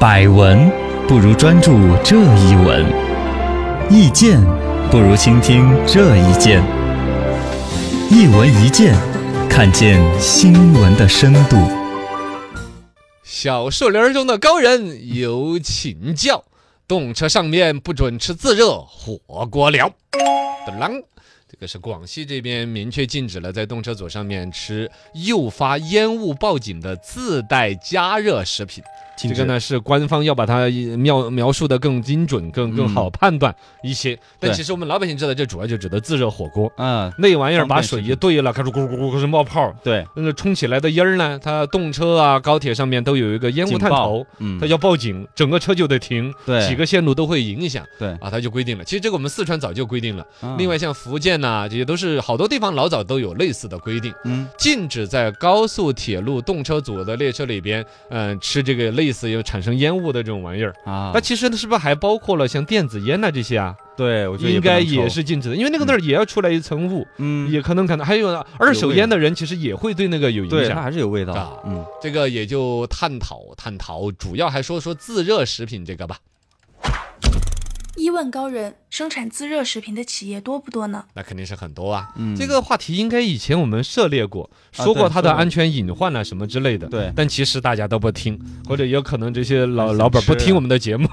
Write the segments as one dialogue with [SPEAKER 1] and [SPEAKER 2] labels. [SPEAKER 1] 百闻不如专注这一闻，意见不如倾听这一见。一闻一见，看见新闻的深度。
[SPEAKER 2] 小树林儿中的高人有请教。动车上面不准吃自热火锅料。噔啷，这个是广西这边明确禁止了在动车组上面吃诱发烟雾报警的自带加热食品。
[SPEAKER 3] 禁
[SPEAKER 2] 这
[SPEAKER 3] 止
[SPEAKER 2] 个呢是官方要把它描描述的更精准、更更好判断一些。但
[SPEAKER 3] 对
[SPEAKER 2] 其实我们老百姓知道，这主要就指的自热火锅。
[SPEAKER 3] 嗯，
[SPEAKER 2] 那玩意儿把
[SPEAKER 3] 方便食
[SPEAKER 2] 水一
[SPEAKER 3] 品
[SPEAKER 2] 兑了，开始咕噜咕噜咕噜是冒泡，
[SPEAKER 3] 对，
[SPEAKER 2] 那个冲起来的烟儿呢，它动车啊、高铁上面都有一个烟雾
[SPEAKER 3] 警
[SPEAKER 2] 探
[SPEAKER 3] 报
[SPEAKER 2] 头，
[SPEAKER 3] 嗯
[SPEAKER 2] 它，要报警，整个车就得停，
[SPEAKER 3] 对
[SPEAKER 2] 几个线路都会影响，
[SPEAKER 3] 对
[SPEAKER 2] 啊，它就规定了。其实这个我们四川早就规定了，
[SPEAKER 3] 嗯
[SPEAKER 2] 另，外像福建呐、这些都是好多地方老早都有类似的规定，
[SPEAKER 3] 嗯，
[SPEAKER 2] 禁止在高速铁路动车组的列车里边，嗯、吃这个类似有产生烟雾的这种玩意儿。
[SPEAKER 3] 啊
[SPEAKER 2] 那，其实呢是不是还包括了像电子烟呐、这些啊？
[SPEAKER 3] 对，我觉得
[SPEAKER 2] 应
[SPEAKER 3] 不能
[SPEAKER 2] 该也
[SPEAKER 3] 抽，
[SPEAKER 2] 是禁止的，因为那个那儿也要出来一层雾，
[SPEAKER 3] 嗯，
[SPEAKER 2] 也可能可能还有呢二手烟的人其实也会对那个有影
[SPEAKER 3] 对，它
[SPEAKER 2] 响。
[SPEAKER 3] 还是有味
[SPEAKER 2] 啊
[SPEAKER 3] 道，嗯，
[SPEAKER 2] 这个也就探讨探讨，主要还说说自热食品这个吧。
[SPEAKER 4] 一问高人，生产自热食品的企业多不多呢？
[SPEAKER 2] 那肯定是很多啊。
[SPEAKER 3] 嗯
[SPEAKER 2] 这个话题应该以前我们涉猎过，
[SPEAKER 3] 啊
[SPEAKER 2] 说过
[SPEAKER 3] 对
[SPEAKER 2] 它的
[SPEAKER 3] 说过
[SPEAKER 2] 安全隐患啊什么之类的。
[SPEAKER 3] 对哎
[SPEAKER 2] 但其实大家都不听，或者有可能这些老
[SPEAKER 3] 想
[SPEAKER 2] 老板不
[SPEAKER 3] 吃
[SPEAKER 2] 听我们的 节目。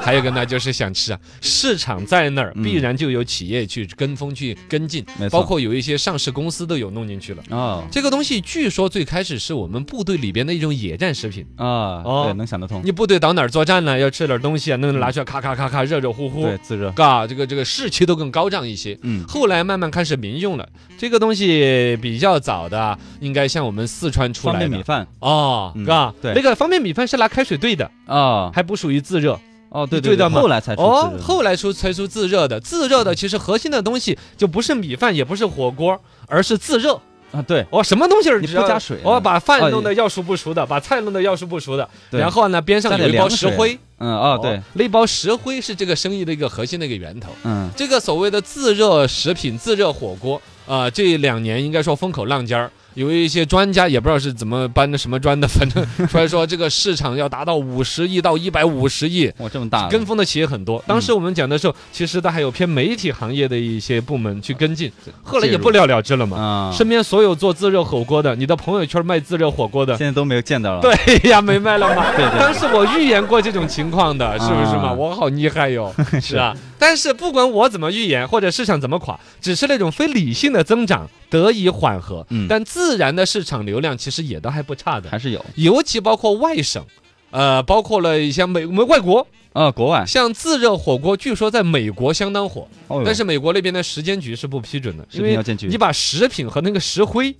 [SPEAKER 2] 还有一个呢，就是想吃啊，市场在那儿，
[SPEAKER 3] 嗯
[SPEAKER 2] 必然就有企业去跟风去跟进
[SPEAKER 3] 没，错
[SPEAKER 2] 包括有一些上市公司都有弄进去了。
[SPEAKER 3] 哦，
[SPEAKER 2] 这个东西据说最开始是我们部队里边的一种野战食品。
[SPEAKER 3] 啊，
[SPEAKER 2] 哦
[SPEAKER 3] 对，能想得通，
[SPEAKER 2] 你部队到哪儿作战呢？要吃点东西啊，那拿出来咔咔咔咔热热乎乎，
[SPEAKER 3] 对，自热，
[SPEAKER 2] 嘎，这个这个士气都更高涨一些。
[SPEAKER 3] 嗯，
[SPEAKER 2] 后来慢慢开始民用了，这个东西比较早的，应该像我们四川出
[SPEAKER 3] 方
[SPEAKER 2] 来
[SPEAKER 3] 便米
[SPEAKER 2] 的
[SPEAKER 3] 饭
[SPEAKER 2] 哦，
[SPEAKER 3] 嗯
[SPEAKER 2] 嘎，
[SPEAKER 3] 对
[SPEAKER 2] 那个方便米饭是拿开水兑的，
[SPEAKER 3] 啊，
[SPEAKER 2] 还不属于自热
[SPEAKER 3] 哦，对
[SPEAKER 2] 对的
[SPEAKER 3] 对，
[SPEAKER 2] 嘛
[SPEAKER 3] 后来才出自
[SPEAKER 2] 哦
[SPEAKER 3] 热。嗯
[SPEAKER 2] 后来出才出自热的，自热的其实核心的东西就不是米饭，也不是火锅，而是自热。
[SPEAKER 3] 啊，对，
[SPEAKER 2] 哦，什么东西儿
[SPEAKER 3] 你
[SPEAKER 2] 只
[SPEAKER 3] 不
[SPEAKER 2] 要
[SPEAKER 3] 加水
[SPEAKER 2] 哦，
[SPEAKER 3] 呢
[SPEAKER 2] 把
[SPEAKER 3] 哦
[SPEAKER 2] 饭
[SPEAKER 3] 也
[SPEAKER 2] 弄得要熟不熟的，把菜弄得要熟不熟的，
[SPEAKER 3] 对
[SPEAKER 2] 然后呢边上
[SPEAKER 3] 加
[SPEAKER 2] 有
[SPEAKER 3] 点
[SPEAKER 2] 一包
[SPEAKER 3] 凉
[SPEAKER 2] 石
[SPEAKER 3] 水
[SPEAKER 2] 灰，
[SPEAKER 3] 嗯，哦，对，，
[SPEAKER 2] 那包石灰是这个生意的一个核心的一个源头。
[SPEAKER 3] 嗯，
[SPEAKER 2] 这个所谓的自热食品、自热火锅啊、这两年应该说风口浪尖儿，有一些专家也不知道是怎么搬的什么砖的，反 正出来说这个市场要达到五十亿到一百五十亿。
[SPEAKER 3] 哇，这么大，
[SPEAKER 2] 跟风的企业很
[SPEAKER 3] 嗯
[SPEAKER 2] 多，当时我们讲的时候，其实它还有偏媒体行业的一些部门去跟进，后来也不了了之了嘛。
[SPEAKER 3] 啊，
[SPEAKER 2] 身边所有做自热火锅的，你的朋友圈卖自热火锅的，
[SPEAKER 3] 现在都没有见到了，，
[SPEAKER 2] 对呀，没卖了嘛。
[SPEAKER 3] 啊 对对
[SPEAKER 2] 当时我预言过这种情况的，是不是嘛？
[SPEAKER 3] 啊
[SPEAKER 2] 我好厉害 哟，是啊。但是不管我怎么预言，或者市场怎么垮，只是那种非理性的增长得以缓和，
[SPEAKER 3] 嗯
[SPEAKER 2] 但自然的市场流量其实也都还不差的，
[SPEAKER 3] 还是有
[SPEAKER 2] 尤其包括外省。呃，包括了像美美外国，
[SPEAKER 3] 啊，国外，
[SPEAKER 2] 像自热火锅，据说在美国相当火，
[SPEAKER 3] 哦哟
[SPEAKER 2] 但是美国那边的食监局是不批准的，
[SPEAKER 3] 食
[SPEAKER 2] 因
[SPEAKER 3] 品
[SPEAKER 2] 为
[SPEAKER 3] 要进去
[SPEAKER 2] 你，把食品和那个石 灰，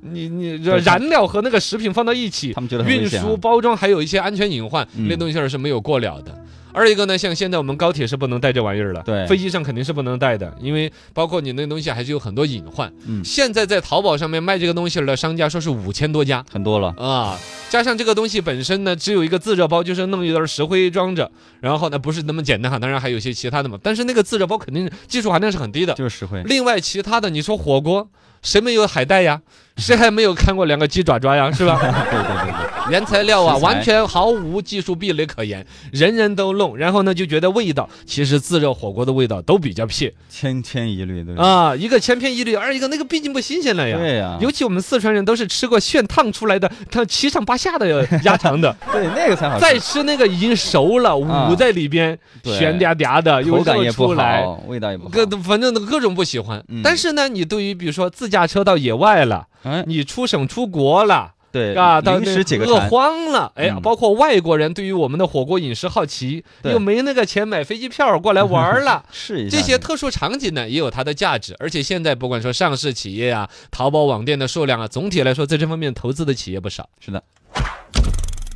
[SPEAKER 2] 你你这
[SPEAKER 3] 对他
[SPEAKER 2] 燃料和那个食品放到一起
[SPEAKER 3] 他，们觉得很
[SPEAKER 2] 运
[SPEAKER 3] 危险啊
[SPEAKER 2] 输、包装还有一些安全隐患，
[SPEAKER 3] 嗯
[SPEAKER 2] 那东西儿是没有过了的。二一个呢，像现在我们高铁是不能带这玩意儿了，
[SPEAKER 3] 对
[SPEAKER 2] 飞机上肯定是不能带的，因为包括你那东西还是有很多隐患。
[SPEAKER 3] 嗯
[SPEAKER 2] 现在在淘宝上面卖这个东西儿的商家说是五千多家
[SPEAKER 3] 很多了，
[SPEAKER 2] 啊，加上这个东西本身呢，只有一个自热包，就是弄一袋儿石灰装着，然后呢不是那么简单哈，当然还有一些其他的嘛，但是那个自热包肯定技术含量是很低的，
[SPEAKER 3] 就是实惠，
[SPEAKER 2] 另外，其他的你说火锅，谁没有海带呀？谁还没有看过两个鸡爪爪呀？是吧？
[SPEAKER 3] 对对对对，
[SPEAKER 2] 原材料啊，
[SPEAKER 3] 食材
[SPEAKER 2] 完全毫无技术壁垒可言，人人都弄。然后呢，就觉得味道，其实自热火锅的味道都比较撇
[SPEAKER 3] 千篇一律，对吧？
[SPEAKER 2] 啊。一个千篇一律，二一个那个毕竟不新鲜了呀。
[SPEAKER 3] 嗯对啊呀，
[SPEAKER 2] 尤其我们四川人都是吃过炫烫出来的，它七上八下的鸭肠 的，
[SPEAKER 3] 对那个才好吃，
[SPEAKER 2] 再吃那个已经熟了，
[SPEAKER 3] 啊
[SPEAKER 2] 捂在里边，
[SPEAKER 3] 对
[SPEAKER 2] 悬嗲嗲的，又
[SPEAKER 3] 口感
[SPEAKER 2] 热
[SPEAKER 3] 也
[SPEAKER 2] 出
[SPEAKER 3] 不
[SPEAKER 2] 来。
[SPEAKER 3] 好，味道也不好，
[SPEAKER 2] 各反正各种不喜欢，
[SPEAKER 3] 嗯
[SPEAKER 2] 但是呢，你对于比如说自驾车到野外了，
[SPEAKER 3] 哎，
[SPEAKER 2] 你出省出国了，
[SPEAKER 3] 对
[SPEAKER 2] 啊，到
[SPEAKER 3] 呃临
[SPEAKER 2] 那
[SPEAKER 3] 时解个
[SPEAKER 2] 饿
[SPEAKER 3] 馋，
[SPEAKER 2] 慌了，哎呀，
[SPEAKER 3] 嗯
[SPEAKER 2] 包括外国人对于我们的火锅饮食好奇，
[SPEAKER 3] 对。
[SPEAKER 2] 又没那个钱买飞机票过来玩儿了
[SPEAKER 3] 试 一下
[SPEAKER 2] 这些特殊场景呢，也有它的价值，而且现在不管说上市企业啊、淘宝网店的数量啊，总体来说在这方面投资的企业不少。
[SPEAKER 3] 是的，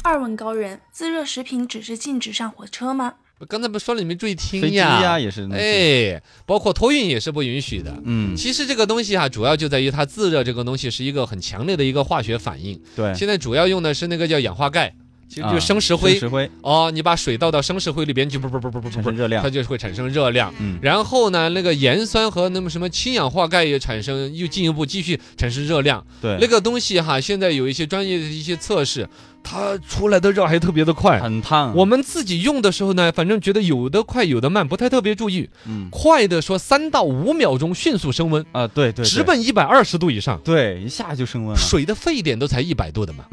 [SPEAKER 4] 二问高人，自热食品只是禁止上火车吗？
[SPEAKER 2] 我刚才不说了，你没注意听
[SPEAKER 3] 飞机呀
[SPEAKER 2] 呀？
[SPEAKER 3] 也是，，
[SPEAKER 2] 哎，包括托运也是不允许的。
[SPEAKER 3] 嗯，
[SPEAKER 2] 其实这个东西啊，主要就在于它自热这个东西是一个很强烈的一个化学反应。
[SPEAKER 3] 对，
[SPEAKER 2] 现在主要用的是那个叫氧化钙，其实就
[SPEAKER 3] 啊
[SPEAKER 2] 是生石灰。
[SPEAKER 3] 石灰
[SPEAKER 2] 哦，你把水倒到生石灰里边去，不不不不不不
[SPEAKER 3] 产
[SPEAKER 2] 不
[SPEAKER 3] 生，热量
[SPEAKER 2] 它，就会产生热量。
[SPEAKER 3] 嗯，
[SPEAKER 2] 然后呢，那个盐酸和那么什么氢氧化钙也产生，又进一步继续产生热量。
[SPEAKER 3] 对，
[SPEAKER 2] 那个东西哈，现在有一些专业的一些测试，它出来的肉还特别的快。
[SPEAKER 3] 很嗯烫。
[SPEAKER 2] 我们自己用的时候呢，反正觉得有的快，有的慢，不太特别注意。
[SPEAKER 3] 嗯
[SPEAKER 2] 快的说三到五秒钟迅速升温，
[SPEAKER 3] 啊，对嗯对，
[SPEAKER 2] 直
[SPEAKER 3] 对
[SPEAKER 2] 奔一百二十度以上。
[SPEAKER 3] 对，一下就升温了。
[SPEAKER 2] 水的沸点都才一百度的 嘛，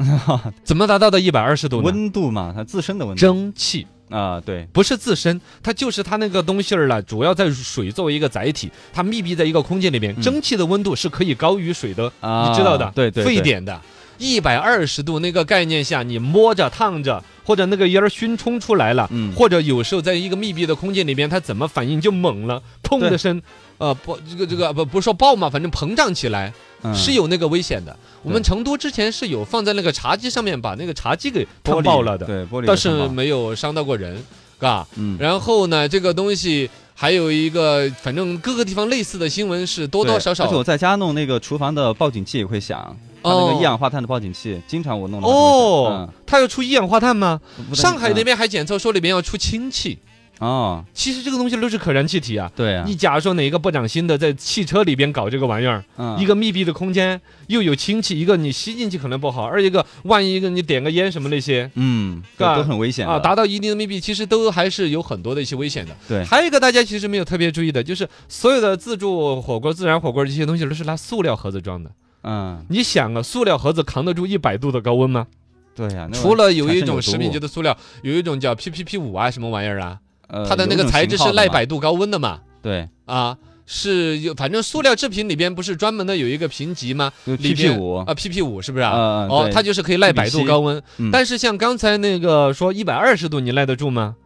[SPEAKER 2] 怎么达到到一百二十度呢？
[SPEAKER 3] 温度嘛，它自身的温度
[SPEAKER 2] 蒸汽
[SPEAKER 3] 啊，对，
[SPEAKER 2] 不是自身，它就是它那个东西儿了，主要在水作为一个载体，它密闭在一个空间里面，
[SPEAKER 3] 嗯
[SPEAKER 2] 蒸汽的温度是可以高于水的，
[SPEAKER 3] 啊
[SPEAKER 2] 你知道的，
[SPEAKER 3] 对对对
[SPEAKER 2] 沸点的。一百二十度那个概念下，你摸着烫着，或者那个烟儿熏冲出来了，
[SPEAKER 3] 嗯
[SPEAKER 2] 或者有时候在一个密闭的空间里面，它怎么反应就猛了，砰
[SPEAKER 3] 对
[SPEAKER 2] 的声，呃，不，这个这个不不是说爆嘛，反正膨胀起来，
[SPEAKER 3] 嗯
[SPEAKER 2] 是有那个危险的。我们
[SPEAKER 3] 对
[SPEAKER 2] 成都之前是有放在那个茶几上面，把那个茶几给
[SPEAKER 3] 玻
[SPEAKER 2] 烫
[SPEAKER 3] 璃
[SPEAKER 2] 爆了的，
[SPEAKER 3] 对，
[SPEAKER 2] 倒
[SPEAKER 3] 玻璃也烫
[SPEAKER 2] 是
[SPEAKER 3] 爆
[SPEAKER 2] 没有伤到过人，嘎。
[SPEAKER 3] 嗯，
[SPEAKER 2] 然后呢，这个东西还有一个，反正各个地方类似的新闻是多多
[SPEAKER 3] 对
[SPEAKER 2] 少
[SPEAKER 3] 而且我
[SPEAKER 2] 少。
[SPEAKER 3] 在家弄那个厨房的报警器也会响，它那
[SPEAKER 2] 哦
[SPEAKER 3] 个一氧化碳的报警器，经常我弄的话就会响
[SPEAKER 2] 哦，，它要出一氧化碳吗？
[SPEAKER 3] 嗯不太
[SPEAKER 2] 哦上海那
[SPEAKER 3] 嗯
[SPEAKER 2] 边还检测说里面要出氢气，
[SPEAKER 3] 哦，
[SPEAKER 2] 其实这个东西都是可燃气体啊。
[SPEAKER 3] 对啊
[SPEAKER 2] 你，假如说哪一个不长心的在汽车里边搞这个玩意儿，
[SPEAKER 3] 嗯
[SPEAKER 2] 一个密闭的空间又有氢气，一个你吸进去可能不好，二一个万一一个你点个烟什么那些，
[SPEAKER 3] 嗯，对
[SPEAKER 2] 干
[SPEAKER 3] 都很危险
[SPEAKER 2] 啊，
[SPEAKER 3] 的
[SPEAKER 2] 达到一定的密闭，其实都还是有很多的一些危险的。
[SPEAKER 3] 对
[SPEAKER 2] 还有一个大家其实没有特别注意的，就是所有的自助火锅、自然火锅这些东西都是拿塑料盒子装的。
[SPEAKER 3] 嗯，
[SPEAKER 2] 你想啊，塑料盒子扛得住一百度的高温吗？
[SPEAKER 3] 对呀，那
[SPEAKER 2] 除
[SPEAKER 3] 玩意
[SPEAKER 2] 了有一
[SPEAKER 3] 产生有
[SPEAKER 2] 种
[SPEAKER 3] 毒
[SPEAKER 2] 食品级的塑料，有一种叫 PPP 五啊，什么玩意儿啊，
[SPEAKER 3] 呃
[SPEAKER 2] 它的那
[SPEAKER 3] 有
[SPEAKER 2] 个
[SPEAKER 3] 一种
[SPEAKER 2] 材质
[SPEAKER 3] 型
[SPEAKER 2] 是
[SPEAKER 3] 号的
[SPEAKER 2] 耐
[SPEAKER 3] 嘛
[SPEAKER 2] 百度高温的嘛，
[SPEAKER 3] 对，
[SPEAKER 2] 啊。是有，反正塑料制品里边不是专门的有一个评级吗？
[SPEAKER 3] 就
[SPEAKER 2] 里
[SPEAKER 3] PP
[SPEAKER 2] 边
[SPEAKER 3] 五
[SPEAKER 2] 啊，PP 五是不是啊？
[SPEAKER 3] 呃
[SPEAKER 2] 哦，
[SPEAKER 3] 对
[SPEAKER 2] 它就是可以耐百度
[SPEAKER 3] 1.7
[SPEAKER 2] 高温。
[SPEAKER 3] 嗯
[SPEAKER 2] 但是像刚才那个说一百二十度，你耐得住吗？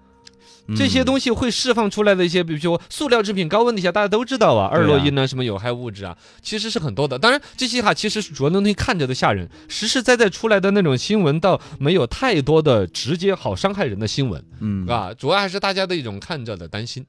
[SPEAKER 2] 这些
[SPEAKER 3] 西
[SPEAKER 2] 东西会释放出来的一些，比如说塑料制品高温底下，大家都知道啊，
[SPEAKER 3] 对啊
[SPEAKER 2] 二洛因呢，什么有害物质啊，其实是很多的。当然，这些哈其实是主要的东西看着的吓人，实实在在出来的那种新闻倒没有太多的直接好伤害人的新闻
[SPEAKER 3] 嗯
[SPEAKER 2] 啊，主要还是大家的一种看着的担心。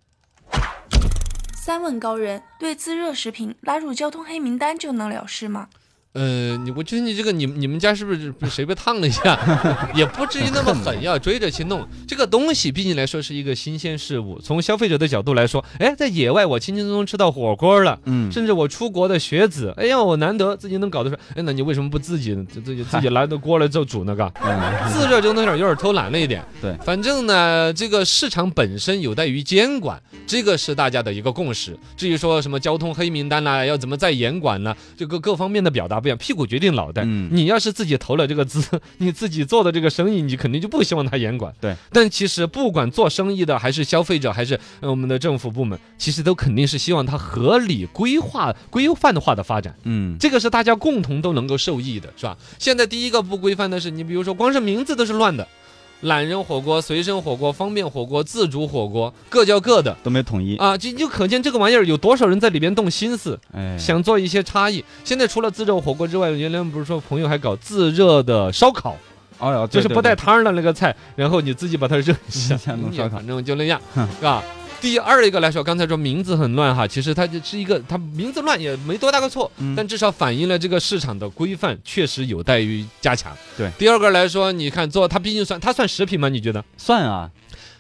[SPEAKER 4] 三问高人对自热食品拉入交通黑名单就能了事吗？
[SPEAKER 2] 呃，你我觉得你这个你你们家是不是被谁被烫了一 下，也不至于那么狠，要追着去弄这个东西。毕竟来说是一个新鲜事物，从消费者的角度来说，哎，在野外我轻轻松松吃到火锅了。
[SPEAKER 3] 嗯
[SPEAKER 2] 甚至我出国的学子，哎呀，我难得自己能搞得出来，哎，那你为什么不自己自 自己自己拿到锅来就煮那个？
[SPEAKER 3] 嗯
[SPEAKER 2] 自热这个东西有点偷懒了一点。
[SPEAKER 3] 对
[SPEAKER 2] 反正呢，这个市场本身有待于监管，这个是大家的一个共识。至于说什么交通黑名单啦、要怎么再严管呢？这个各方面的表达不一样，屁股决定脑袋。
[SPEAKER 3] 嗯
[SPEAKER 2] 你要是自己投了这个资， 你自己做的这个生意，你肯定就不希望它严管。
[SPEAKER 3] 对，
[SPEAKER 2] 但其实不管做生意的，还是消费者，还是呃我们的政府部门，其实都肯定是希望它合理规划、规范化的发展。
[SPEAKER 3] 嗯
[SPEAKER 2] 这个是大家共同都能够受益的，是吧？现在第一个不规范的是，你比如说光是名字都是乱的，懒人火锅、随身火锅、方便火锅、自主火锅，各叫各的
[SPEAKER 3] 都没统一，
[SPEAKER 2] 啊，这就可见这个玩意儿有多少人在里边动心思，
[SPEAKER 3] 哎，
[SPEAKER 2] 想做一些差异。现在除了自热火锅之外，原来不是说朋友还搞自热的烧烤，
[SPEAKER 3] 哦哟，
[SPEAKER 2] 就
[SPEAKER 3] 对
[SPEAKER 2] 是
[SPEAKER 3] 对
[SPEAKER 2] 不带
[SPEAKER 3] 对，
[SPEAKER 2] 汤儿的那个菜，然后你自己把它热一下 嗯
[SPEAKER 3] 像弄
[SPEAKER 2] 也
[SPEAKER 3] 烧烤
[SPEAKER 2] 反正就那样，
[SPEAKER 3] 哼
[SPEAKER 2] 是吧？第二一个来说，刚才说名字很乱哈，其实它就是一个，它名字乱也没多大个错，
[SPEAKER 3] 嗯
[SPEAKER 2] 但至少反映了这个市场的规范确实有待于加强。
[SPEAKER 3] 对
[SPEAKER 2] 第二个来说，你看做它毕竟算它算食品吗？你觉得？
[SPEAKER 3] 算啊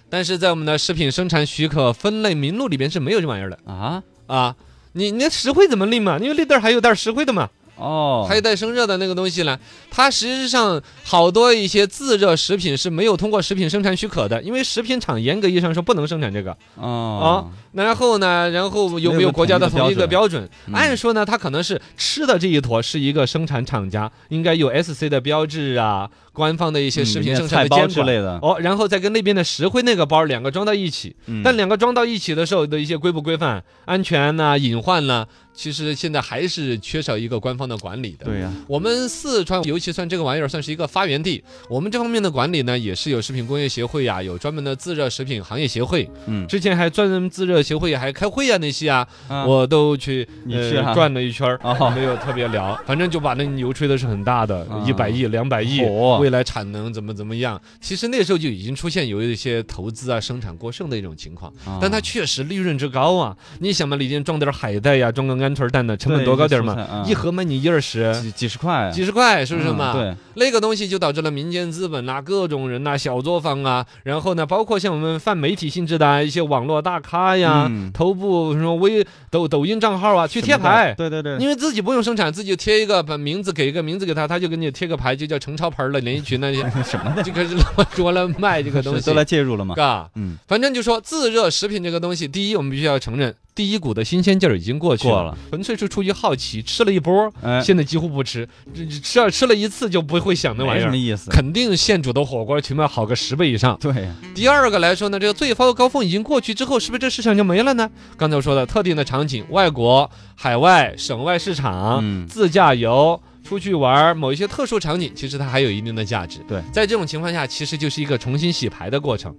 [SPEAKER 2] 但是在我们的食品生产许可分类名录里边是没有这玩意儿的
[SPEAKER 3] 啊
[SPEAKER 2] 啊。你你那实惠怎么立嘛？因为立袋儿还有袋儿实惠的嘛。
[SPEAKER 3] 哦，
[SPEAKER 2] 还有带生热的那个东西呢，它实际上好多一些自热食品是没有通过食品生产许可的，因为食品厂严格意义上说不能生产这个。
[SPEAKER 3] 哦
[SPEAKER 2] 然后呢，然后有
[SPEAKER 3] 没有
[SPEAKER 2] 没有
[SPEAKER 3] 个
[SPEAKER 2] 国家的
[SPEAKER 3] 统
[SPEAKER 2] 统
[SPEAKER 3] 一
[SPEAKER 2] 一
[SPEAKER 3] 的
[SPEAKER 2] 的标准？
[SPEAKER 3] 嗯
[SPEAKER 2] 按说呢，它可能是吃的这一坨是一个生产厂家，应该有 SC 的标志啊，官方的一些
[SPEAKER 3] 嗯
[SPEAKER 2] 食
[SPEAKER 3] 里
[SPEAKER 2] 品
[SPEAKER 3] 面
[SPEAKER 2] 生
[SPEAKER 3] 菜
[SPEAKER 2] 产的
[SPEAKER 3] 包
[SPEAKER 2] 监
[SPEAKER 3] 之
[SPEAKER 2] 管。
[SPEAKER 3] 类的，
[SPEAKER 2] 哦，然后再跟那边的实惠那个包儿两个装到一起，
[SPEAKER 3] 嗯
[SPEAKER 2] 但两个装到一起的时候的一些规不规范、安全呐、隐患呐、其实现在还是缺少一个官方的管理的。
[SPEAKER 3] 对呀，
[SPEAKER 2] 我们四川，尤其算这个玩意儿算是一个发源地。我们这方面的管理呢，也是有食品工业协会呀、有专门的自热食品行业协会。
[SPEAKER 3] 嗯，
[SPEAKER 2] 之前还专门自热协会还开会呀、那些啊，
[SPEAKER 3] 啊
[SPEAKER 2] 我都去呃
[SPEAKER 3] 你去了
[SPEAKER 2] 转了一圈儿。
[SPEAKER 3] 哦
[SPEAKER 2] 没有特别聊，反正就把那牛吹的是很大的
[SPEAKER 3] 啊，
[SPEAKER 2] 一百亿、两百亿，
[SPEAKER 3] 火
[SPEAKER 2] 未来产能怎么怎么样？其实那时候就已经出现有一些投资啊、生产过剩的一种情况，
[SPEAKER 3] 啊
[SPEAKER 2] 但它确实利润之高啊！你想嘛，里面装点儿海带呀、装个鹌鹑蛋的，成本
[SPEAKER 3] 对
[SPEAKER 2] 多高
[SPEAKER 3] 这
[SPEAKER 2] 点儿
[SPEAKER 3] 蔬菜
[SPEAKER 2] 嘛
[SPEAKER 3] 啊？
[SPEAKER 2] 一盒卖你一二十，
[SPEAKER 3] 几几十块啊
[SPEAKER 2] 几十块，是不是嘛？
[SPEAKER 3] 嗯对，
[SPEAKER 2] 那个东西就导致了民间资本呐、各种人呐、小作坊啊，然后呢，包括像我们泛媒体性质的啊一些网络大咖呀，
[SPEAKER 3] 嗯
[SPEAKER 2] 头部什么微抖抖音账号啊，去
[SPEAKER 3] 什
[SPEAKER 2] 贴
[SPEAKER 3] 么的
[SPEAKER 2] 牌。
[SPEAKER 3] 对对对，
[SPEAKER 2] 因为自己不用生产，自己贴一个把名字给一个名字给他，他就给你贴个牌，就叫陈超牌了，连一群那些，
[SPEAKER 3] 什么的，
[SPEAKER 2] 就开始过来卖这个东
[SPEAKER 3] 是
[SPEAKER 2] 西
[SPEAKER 3] 都，来介入了吗？
[SPEAKER 2] 嘎。
[SPEAKER 3] 嗯，
[SPEAKER 2] 反正就说自热食品这个东西，第一，我们必须要承认，第一股的新鲜劲儿已经过去
[SPEAKER 3] 过
[SPEAKER 2] 了，
[SPEAKER 3] 了
[SPEAKER 2] 纯粹是出于好奇，吃了一波，
[SPEAKER 3] 哎，
[SPEAKER 2] 现在几乎不吃，这这吃了吃了一次就不会想那玩意
[SPEAKER 3] 没哎什么
[SPEAKER 2] 儿。
[SPEAKER 3] 意思。
[SPEAKER 2] 肯定现煮的火锅起码好个十倍以上。
[SPEAKER 3] 对呀，
[SPEAKER 2] 第二个来说呢，这个最高高峰已经过去之后，是不是这市场就没了呢？刚才我说的特定的场景，外国、海外、省外市场、
[SPEAKER 3] 嗯，
[SPEAKER 2] 自驾游、出去玩儿某一些特殊场景，其实它还有一定的价值。
[SPEAKER 3] 对，
[SPEAKER 2] 在这种情况下，其实就是一个重新洗牌的过程。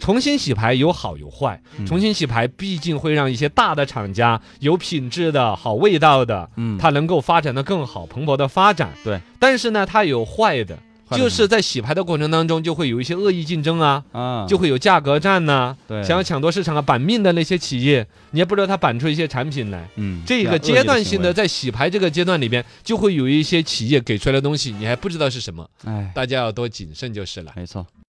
[SPEAKER 2] 重新洗牌有好有坏，
[SPEAKER 3] 嗯
[SPEAKER 2] 重新洗牌毕竟会让一些大的厂家有品质的好味道的，
[SPEAKER 3] 嗯，
[SPEAKER 2] 它能够发展的更好，蓬勃的发展。
[SPEAKER 3] 对，
[SPEAKER 2] 但是呢，它有坏的，
[SPEAKER 3] 坏的
[SPEAKER 2] 就
[SPEAKER 3] 什
[SPEAKER 2] 是在洗牌的过程当中，就会有一些恶意竞争啊，
[SPEAKER 3] 啊，
[SPEAKER 2] 就会有价格战呐、
[SPEAKER 3] 对，
[SPEAKER 2] 想要抢夺市场啊、板命的那些企业，你也不知道它板出一些产品来。
[SPEAKER 3] 嗯
[SPEAKER 2] 这个阶段性的，在洗牌这个阶段里边，就会有一些企业给出来的东西，你还不知道是什么，
[SPEAKER 3] 哎，
[SPEAKER 2] 大家要多谨慎就是了。
[SPEAKER 3] 没错。